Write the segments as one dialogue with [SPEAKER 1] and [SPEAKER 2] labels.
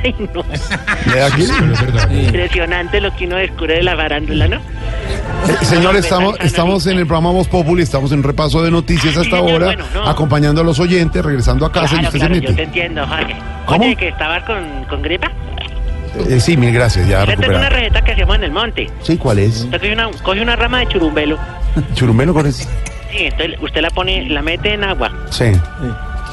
[SPEAKER 1] Ay, no.
[SPEAKER 2] ¿Le da clic?
[SPEAKER 1] Impresionante lo que uno descubre de la farándula, ¿no?
[SPEAKER 2] Eh, Señor, estamos, estamos en el programa Voz Populi, estamos en repaso de noticias
[SPEAKER 1] Ah, Sí,
[SPEAKER 2] hasta
[SPEAKER 1] señor,
[SPEAKER 2] ahora,
[SPEAKER 1] bueno, no.
[SPEAKER 2] acompañando a los oyentes, regresando a casa y
[SPEAKER 1] Claro,
[SPEAKER 2] usted
[SPEAKER 1] claro,
[SPEAKER 2] se
[SPEAKER 1] yo te
[SPEAKER 2] mete.
[SPEAKER 1] entiendo, Jorge.
[SPEAKER 2] ¿Cómo?
[SPEAKER 1] Oye, que estabas con, con gripa.
[SPEAKER 2] Eh, sí, mil gracias, ya
[SPEAKER 1] Esta es una
[SPEAKER 2] recuperado.
[SPEAKER 1] receta que hacemos en el monte.
[SPEAKER 2] Sí, ¿cuál es?
[SPEAKER 1] Usted coge una, coge una rama de churumbelo.
[SPEAKER 2] ¿Churumbelo cuál es?
[SPEAKER 1] Sí, entonces usted la pone, la mete en agua.
[SPEAKER 2] Sí.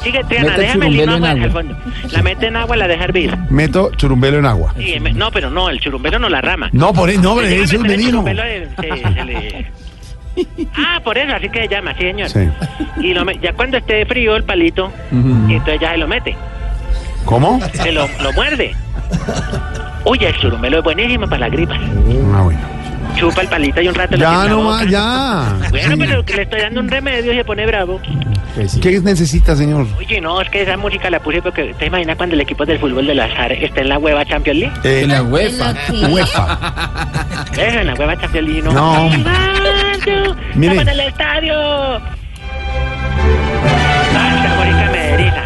[SPEAKER 1] Sigue, Triana,
[SPEAKER 3] Mete el
[SPEAKER 1] déjame el lino
[SPEAKER 3] churumbelo en
[SPEAKER 1] al fondo. La mete en agua, la deja hervir.
[SPEAKER 2] Meto churumbelo en agua.
[SPEAKER 1] Sí, me- no, pero no, el churumbelo no la rama.
[SPEAKER 2] No, por eso, no,
[SPEAKER 1] Se
[SPEAKER 2] hombre,
[SPEAKER 1] llega a
[SPEAKER 2] eso
[SPEAKER 1] meter
[SPEAKER 2] me
[SPEAKER 1] el
[SPEAKER 2] dijo.
[SPEAKER 1] churumbelo en- se- se le- Ah, por eso, así que se llama, sí, señor.
[SPEAKER 2] Sí.
[SPEAKER 1] Y lo me- ya cuando esté frío el palito, y entonces ya se lo mete.
[SPEAKER 2] ¿Cómo?
[SPEAKER 1] Se lo, lo muerde. Oye, el churumbelo es buenísimo para la gripa.
[SPEAKER 2] Ah, bueno.
[SPEAKER 1] Chupa el palito y un rato lo tiene
[SPEAKER 2] Ya
[SPEAKER 1] en la
[SPEAKER 2] nomás,
[SPEAKER 1] boca.
[SPEAKER 2] ya.
[SPEAKER 1] Bueno,
[SPEAKER 2] Sí.
[SPEAKER 1] pero que le estoy dando un remedio y se pone bravo.
[SPEAKER 3] Pues
[SPEAKER 2] ¿Qué necesita, señor?
[SPEAKER 1] Oye, no, es que esa música la puse porque te imaginas cuando el equipo del fútbol del azar está en la hueva Champions League.
[SPEAKER 2] Eh,
[SPEAKER 3] En la UEFA.
[SPEAKER 2] UEFA.
[SPEAKER 1] Eso, en la hueva Champions League, no.
[SPEAKER 2] No.
[SPEAKER 1] ¡Iván, tú!
[SPEAKER 2] Mire.
[SPEAKER 1] ¡Estamos en el estadio! ¡Basta, Mónica Medellina!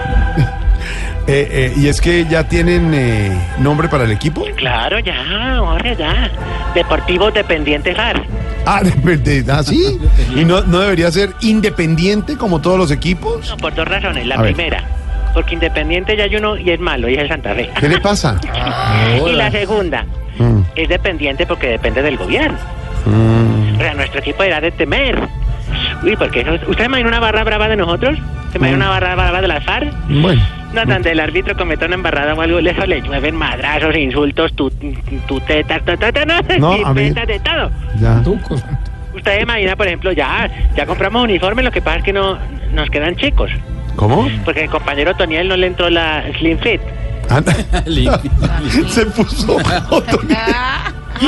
[SPEAKER 2] Eh, eh, y es que ya tienen eh, nombre para el equipo.
[SPEAKER 1] Claro, ya, ahora ya. Deportivo Dependiente Jar.
[SPEAKER 2] Ah, de, de- ah, sí. ¿Y no, no debería ser independiente como todos los equipos?
[SPEAKER 1] No, por dos razones. La
[SPEAKER 2] A ver.
[SPEAKER 1] primera, porque Independiente ya hay uno y es malo, y es el Santa Fe.
[SPEAKER 2] ¿Qué le pasa?
[SPEAKER 1] Y la segunda,
[SPEAKER 2] Mm.
[SPEAKER 1] es dependiente porque depende del gobierno.
[SPEAKER 2] mm.
[SPEAKER 1] O sea, nuestro equipo era de temer. Uy, porque eso, ¿usted imagina una barra brava de nosotros? ¿Se imagina una barra brava de las FARC?
[SPEAKER 2] Mm. Bueno.
[SPEAKER 1] No, donde el árbitro cometa una embarrada o algo, eso le llueven madrazos, insultos, tu- tutetas, tu,
[SPEAKER 2] No,
[SPEAKER 1] no,
[SPEAKER 2] a mí-
[SPEAKER 1] de todo.
[SPEAKER 2] Ya.
[SPEAKER 1] Usted imagina, por ejemplo, ya, ya compramos uniforme, lo que pasa es que no nos quedan chicos.
[SPEAKER 2] ¿Cómo?
[SPEAKER 1] Porque el compañero Toniel no le entró la Slim Fit.
[SPEAKER 2] Ah,
[SPEAKER 3] Limpio.
[SPEAKER 2] Se puso otro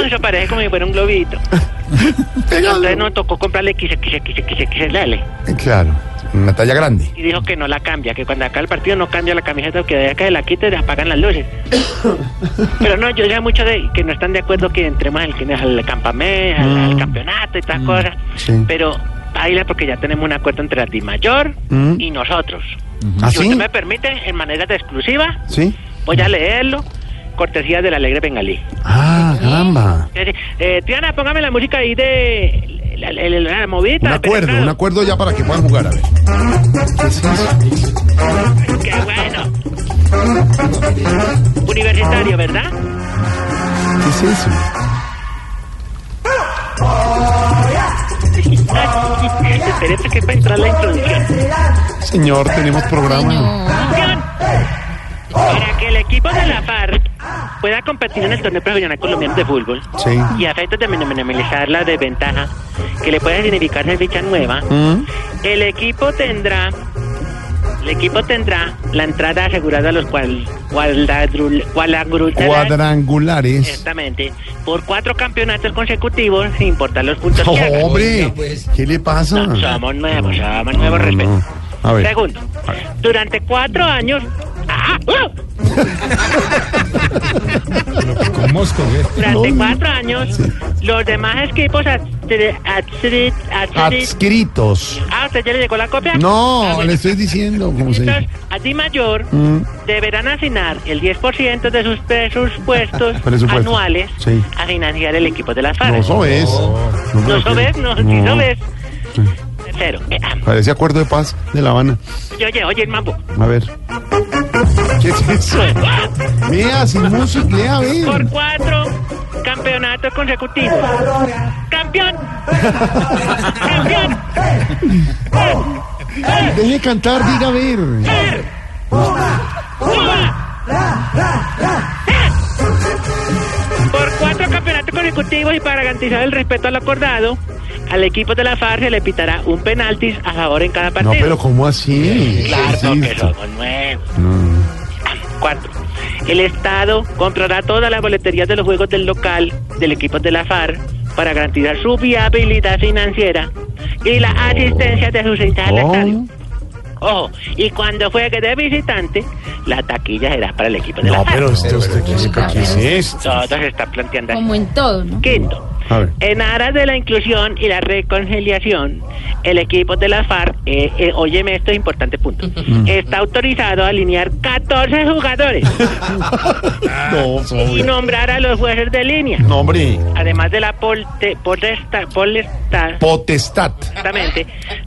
[SPEAKER 1] Eso parece como si fuera un globito.
[SPEAKER 2] pegado.
[SPEAKER 1] Entonces nos tocó comprarle XXXXXL.
[SPEAKER 2] Claro, una talla grande.
[SPEAKER 1] y dijo que no la cambia, que cuando acá el partido no cambia la camiseta, que de acá se la quita y le apagan las luces. Pero no, yo ya mucho de que no están de acuerdo que entremos al, que- al campamento, al, al campeonato y estas cosas.
[SPEAKER 2] Mm. sí.
[SPEAKER 1] Pero baila porque ya tenemos un acuerdo entre la DIMAYOR
[SPEAKER 2] Mm.
[SPEAKER 1] y nosotros.
[SPEAKER 2] ¿Ah,
[SPEAKER 1] Si usted
[SPEAKER 2] sí?
[SPEAKER 1] me permite, en manera de exclusiva,
[SPEAKER 2] ¿Sí?
[SPEAKER 1] voy a leerlo, cortesía del Alegre Bengalí.
[SPEAKER 2] Ah, caramba.
[SPEAKER 1] Eh, eh, Tiana, póngame la música ahí de la, la- la- la movidita.
[SPEAKER 2] Un acuerdo, un acuerdo ya para que puedan jugar. A ver.
[SPEAKER 1] Qué bueno. Universitario, ¿verdad?
[SPEAKER 2] ¿Qué es eso?
[SPEAKER 1] Esperé que para entrar la introducción.
[SPEAKER 2] Señor, tenemos programa.
[SPEAKER 1] Para que el equipo de la FARC pueda competir en el torneo profesional colombiano de fútbol
[SPEAKER 2] Sí.
[SPEAKER 1] y a efectos de minimizar la desventaja que le puede significar ser ficha nueva,
[SPEAKER 2] Mm.
[SPEAKER 1] el equipo tendrá el equipo tendrá la entrada asegurada a los cual, cuadradrul- cuadrangulares-
[SPEAKER 2] Cuadrangulares.
[SPEAKER 1] Exactamente. Por cuatro campeonatos consecutivos, sin importar los puntos que pues. hagan.
[SPEAKER 2] hombre, ¿qué le pasa?
[SPEAKER 1] No, somos nuevos, somos nuevos,
[SPEAKER 2] No,
[SPEAKER 1] respeto.
[SPEAKER 2] no. A ver.
[SPEAKER 1] Segundo, durante cuatro años... ¡Ah! ¡Uh! Durante cuatro años, los demás equipos adstri- adstri- adstri-
[SPEAKER 2] Adscritos.
[SPEAKER 1] Ah, ¿usted ya le llegó la copia? Ah,
[SPEAKER 2] No,
[SPEAKER 1] bueno.
[SPEAKER 2] le estoy diciendo cómo se
[SPEAKER 1] Entonces,
[SPEAKER 2] dice.
[SPEAKER 1] a ti mayor
[SPEAKER 2] Mm.
[SPEAKER 1] deberán asignar el 10% de sus presupuestos
[SPEAKER 2] Presupuesto.
[SPEAKER 1] anuales
[SPEAKER 2] Sí.
[SPEAKER 1] a financiar el equipo de las FARC.
[SPEAKER 2] No sobes.
[SPEAKER 1] No sobes, no, sí
[SPEAKER 2] No.
[SPEAKER 1] sobes. Tercero, eh, ah,
[SPEAKER 2] Parece acuerdo de paz de La Habana.
[SPEAKER 1] oye, oye, el mambo.
[SPEAKER 2] A ver. ¿Qué es eso? Lea, sin música, lea,
[SPEAKER 1] por
[SPEAKER 2] ve.
[SPEAKER 1] cuatro campeonatos consecutivos. ¡Campeón! ¡Campeón!
[SPEAKER 2] Deje cantar, diga, a ver.
[SPEAKER 1] Por cuatro campeonatos consecutivos y para garantizar el respeto al acordado, al equipo de la FARC se le pitará un penaltis a favor en cada
[SPEAKER 2] No,
[SPEAKER 1] partido.
[SPEAKER 2] pero ¿cómo así?
[SPEAKER 1] claro
[SPEAKER 2] Sí,
[SPEAKER 1] que
[SPEAKER 2] sí.
[SPEAKER 1] somos nuevos. Cuatro. El Estado comprará todas las boleterías de los juegos del local del equipo de la FAR para garantizar su viabilidad financiera y la
[SPEAKER 2] Oh.
[SPEAKER 1] asistencia de sus hinchas al estadio. Ojo, y cuando juegue de visitante, la taquilla será para el equipo de la
[SPEAKER 2] No, pues.
[SPEAKER 1] FAR.
[SPEAKER 2] pero esto, usted, ¿qué, es- qué es esto?
[SPEAKER 1] Todo se está planteando así.
[SPEAKER 3] Como en todo, ¿no?
[SPEAKER 1] Quinto,
[SPEAKER 2] A ver.
[SPEAKER 1] en aras de la inclusión y la reconciliación, el equipo de la FARC, eh, eh, óyeme esto es importante punto,
[SPEAKER 2] Mm.
[SPEAKER 1] está autorizado a alinear 14 jugadores
[SPEAKER 2] No,
[SPEAKER 1] y
[SPEAKER 2] sobre.
[SPEAKER 1] nombrar a los jueces de línea,
[SPEAKER 2] No, hombre.
[SPEAKER 1] además de la polte- potesta- polesta-
[SPEAKER 2] Potestad.
[SPEAKER 1] exactamente,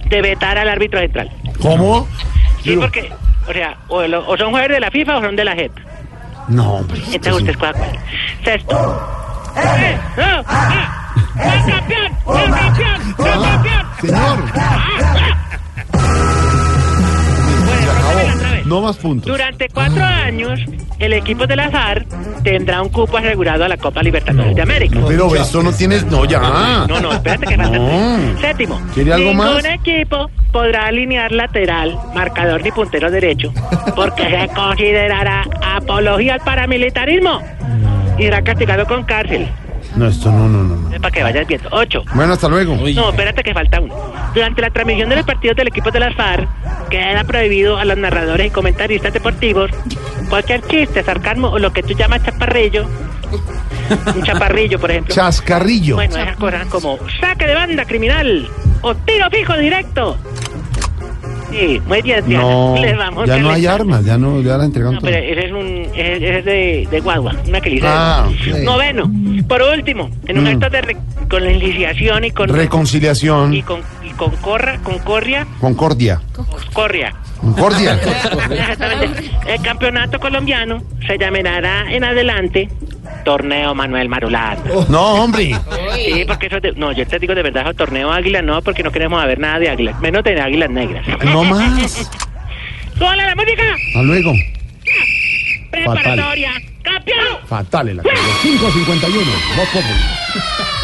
[SPEAKER 1] de vetar al árbitro central.
[SPEAKER 2] ¿Cómo?
[SPEAKER 1] Sí, porque, o sea, o, lo- o son jueces de la FIFA o son de la JEP.
[SPEAKER 2] No, hombre.
[SPEAKER 1] Entonces usted escoja cuál. Sexto. ¡Eh! ¡Oh! ¡Ah! ¡Soy campeón! ¡Soy campeón! ¡Soy campeón!
[SPEAKER 2] Señor.
[SPEAKER 1] Bueno, rótemela otra vez.
[SPEAKER 2] No más puntos.
[SPEAKER 1] Durante cuatro años, el equipo del azar tendrá un cupo asegurado a la Copa Libertadores de América.
[SPEAKER 2] Pero esto no tienes. No, ya.
[SPEAKER 1] No, no, espérate que falta.
[SPEAKER 2] No.
[SPEAKER 1] Séptimo.
[SPEAKER 2] ¿Quiere algo
[SPEAKER 1] ningún
[SPEAKER 2] más?
[SPEAKER 1] equipo podrá alinear lateral, marcador ni puntero derecho, porque se considerará apología al paramilitarismo y será castigado con cárcel.
[SPEAKER 2] No, esto no, no, no, no.
[SPEAKER 1] Para que vayas viendo. Ocho.
[SPEAKER 2] Bueno, hasta luego.
[SPEAKER 1] No, espérate que falta uno. Durante la transmisión de los partidos del equipo de las FARC, queda prohibido a los narradores y comentaristas deportivos cualquier chiste, sarcasmo o lo que tú llamas chaparrillo. Un chaparrillo, por ejemplo.
[SPEAKER 2] Chascarrillo.
[SPEAKER 1] bueno, esas cosas como saque de banda criminal o tiro fijo directo. Sí, muy bien, Diana.
[SPEAKER 2] No,
[SPEAKER 1] Le vamos
[SPEAKER 2] ya
[SPEAKER 1] bien
[SPEAKER 2] no hay
[SPEAKER 1] lejos.
[SPEAKER 2] armas, ya no, ya la entregaron
[SPEAKER 1] No, pero ese es un ese- ese es de, de guagua, una que le hice.
[SPEAKER 2] Ah, ok.
[SPEAKER 1] Noveno. Por último, en un
[SPEAKER 2] Mm.
[SPEAKER 1] acto de reconciliación y con
[SPEAKER 2] todo.
[SPEAKER 1] y
[SPEAKER 2] Reconciliación,
[SPEAKER 1] con y con corra, con corria, pues
[SPEAKER 2] concordia,
[SPEAKER 1] corria.
[SPEAKER 2] concordia.
[SPEAKER 1] Exactamente. El campeonato colombiano se llamará en adelante Torneo Manuel Marulanda.
[SPEAKER 2] No, hombre.
[SPEAKER 1] Sí, porque eso es de- no, yo te digo de verdad, eso, Torneo Águila no, porque no queremos saber nada de Águila, menos de Águilas Negras.
[SPEAKER 2] No más.
[SPEAKER 1] ¡Hola la música!
[SPEAKER 2] Hasta luego.
[SPEAKER 1] Preparatoria. ¡Campeón!
[SPEAKER 2] Fatal el acuerdo. 551. Voz Populi.